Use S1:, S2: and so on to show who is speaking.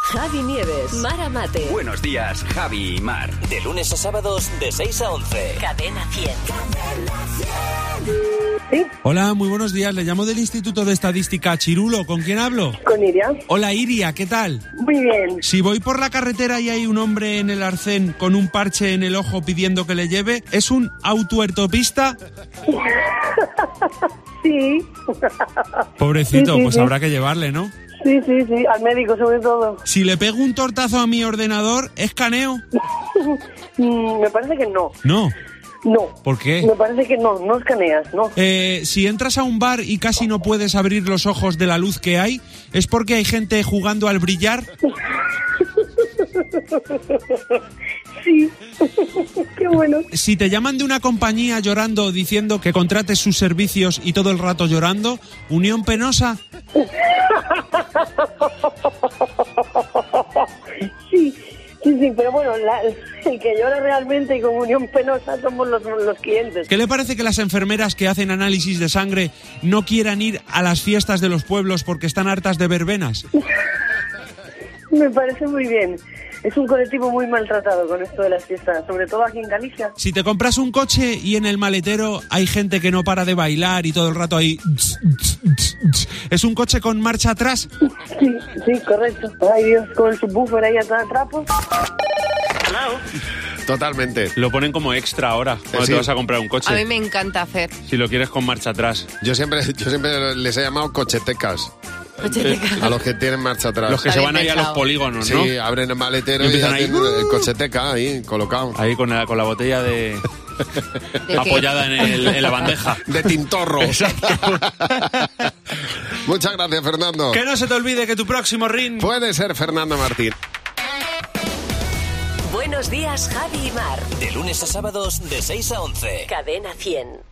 S1: Javi Nieves, Mara Mate,
S2: Buenos días, Javi y Mar.
S3: De lunes a sábados de 6 a 11.
S1: Cadena 100.
S4: Hola, muy buenos días. Le llamo del Instituto de Estadística Chirulo. ¿Con quién hablo?
S5: Con Iria.
S4: Hola, Iria, ¿qué tal?
S5: Muy bien.
S4: Si voy por la carretera y hay un hombre en el arcén con un parche en el ojo pidiendo que le lleve, ¿es un autoertopista?
S5: Sí.
S4: Pobrecito,
S5: Sí, sí,
S4: pues
S5: sí.
S4: habrá que llevarle, ¿no?
S5: Sí, sí, sí. Al médico sobre todo.
S4: Si le pego un tortazo a mi ordenador, ¿es caneo?
S5: Mm, me parece que no.
S4: No.
S5: No.
S4: ¿Por qué?
S5: Me parece que no. No escaneas, no.
S4: Eh, si entras a un bar y casi no puedes abrir los ojos de la luz que hay, ¿es porque hay gente jugando al brillar?
S5: Sí. Qué bueno.
S4: Si te llaman de una compañía llorando diciendo que contrates sus servicios y todo el rato llorando, unión penosa,
S5: Sí. Sí, sí. Pero bueno, la- el que llora realmente y con unión penosa somos los, los clientes.
S4: ¿qué le parece que las enfermeras que hacen análisis de sangre no quieran ir a las fiestas de los pueblos porque están hartas de verbenas?
S5: Me parece muy bien. Es un colectivo muy maltratado con esto de las fiestas, sobre todo aquí en Galicia.
S4: Si te compras un coche y en el maletero hay gente que no para de bailar y todo el rato ahí... ¿Es un coche con marcha atrás?
S5: Sí, sí, correcto. Ay Dios, con el subwoofer ahí atrás, trapo.
S6: Totalmente.
S4: Lo ponen como extra ahora cuando
S6: Eh, Sí.
S4: te vas a comprar un
S7: A mí
S4: coche.
S7: me encanta hacer.
S4: Si lo quieres con marcha atrás.
S6: Yo siempre, yo siempre les he llamado cochetecas
S7: Cocheteca.
S6: a los que tienen marcha atrás.
S4: Los que se
S7: Está
S4: van
S7: bien
S4: ahí a los
S7: pensado.
S4: polígonos,
S6: Sí,
S4: ¿no?
S6: abren el maletero
S4: Y
S6: y,
S4: empiezan ahí, ¡uh!
S6: hacen el cocheteca ahí, colocado.
S4: Ahí con la, con la botella de...
S7: ¿De qué?
S4: apoyada en, el- en la bandeja.
S6: De tintorro. Muchas gracias, Fernando.
S4: Que no se te olvide que tu próximo ring...
S6: Puede ser Fernando Martín.
S1: Buenos días, Javi y Mar.
S3: De lunes a sábados de 6 a 11.
S1: Cadena 100.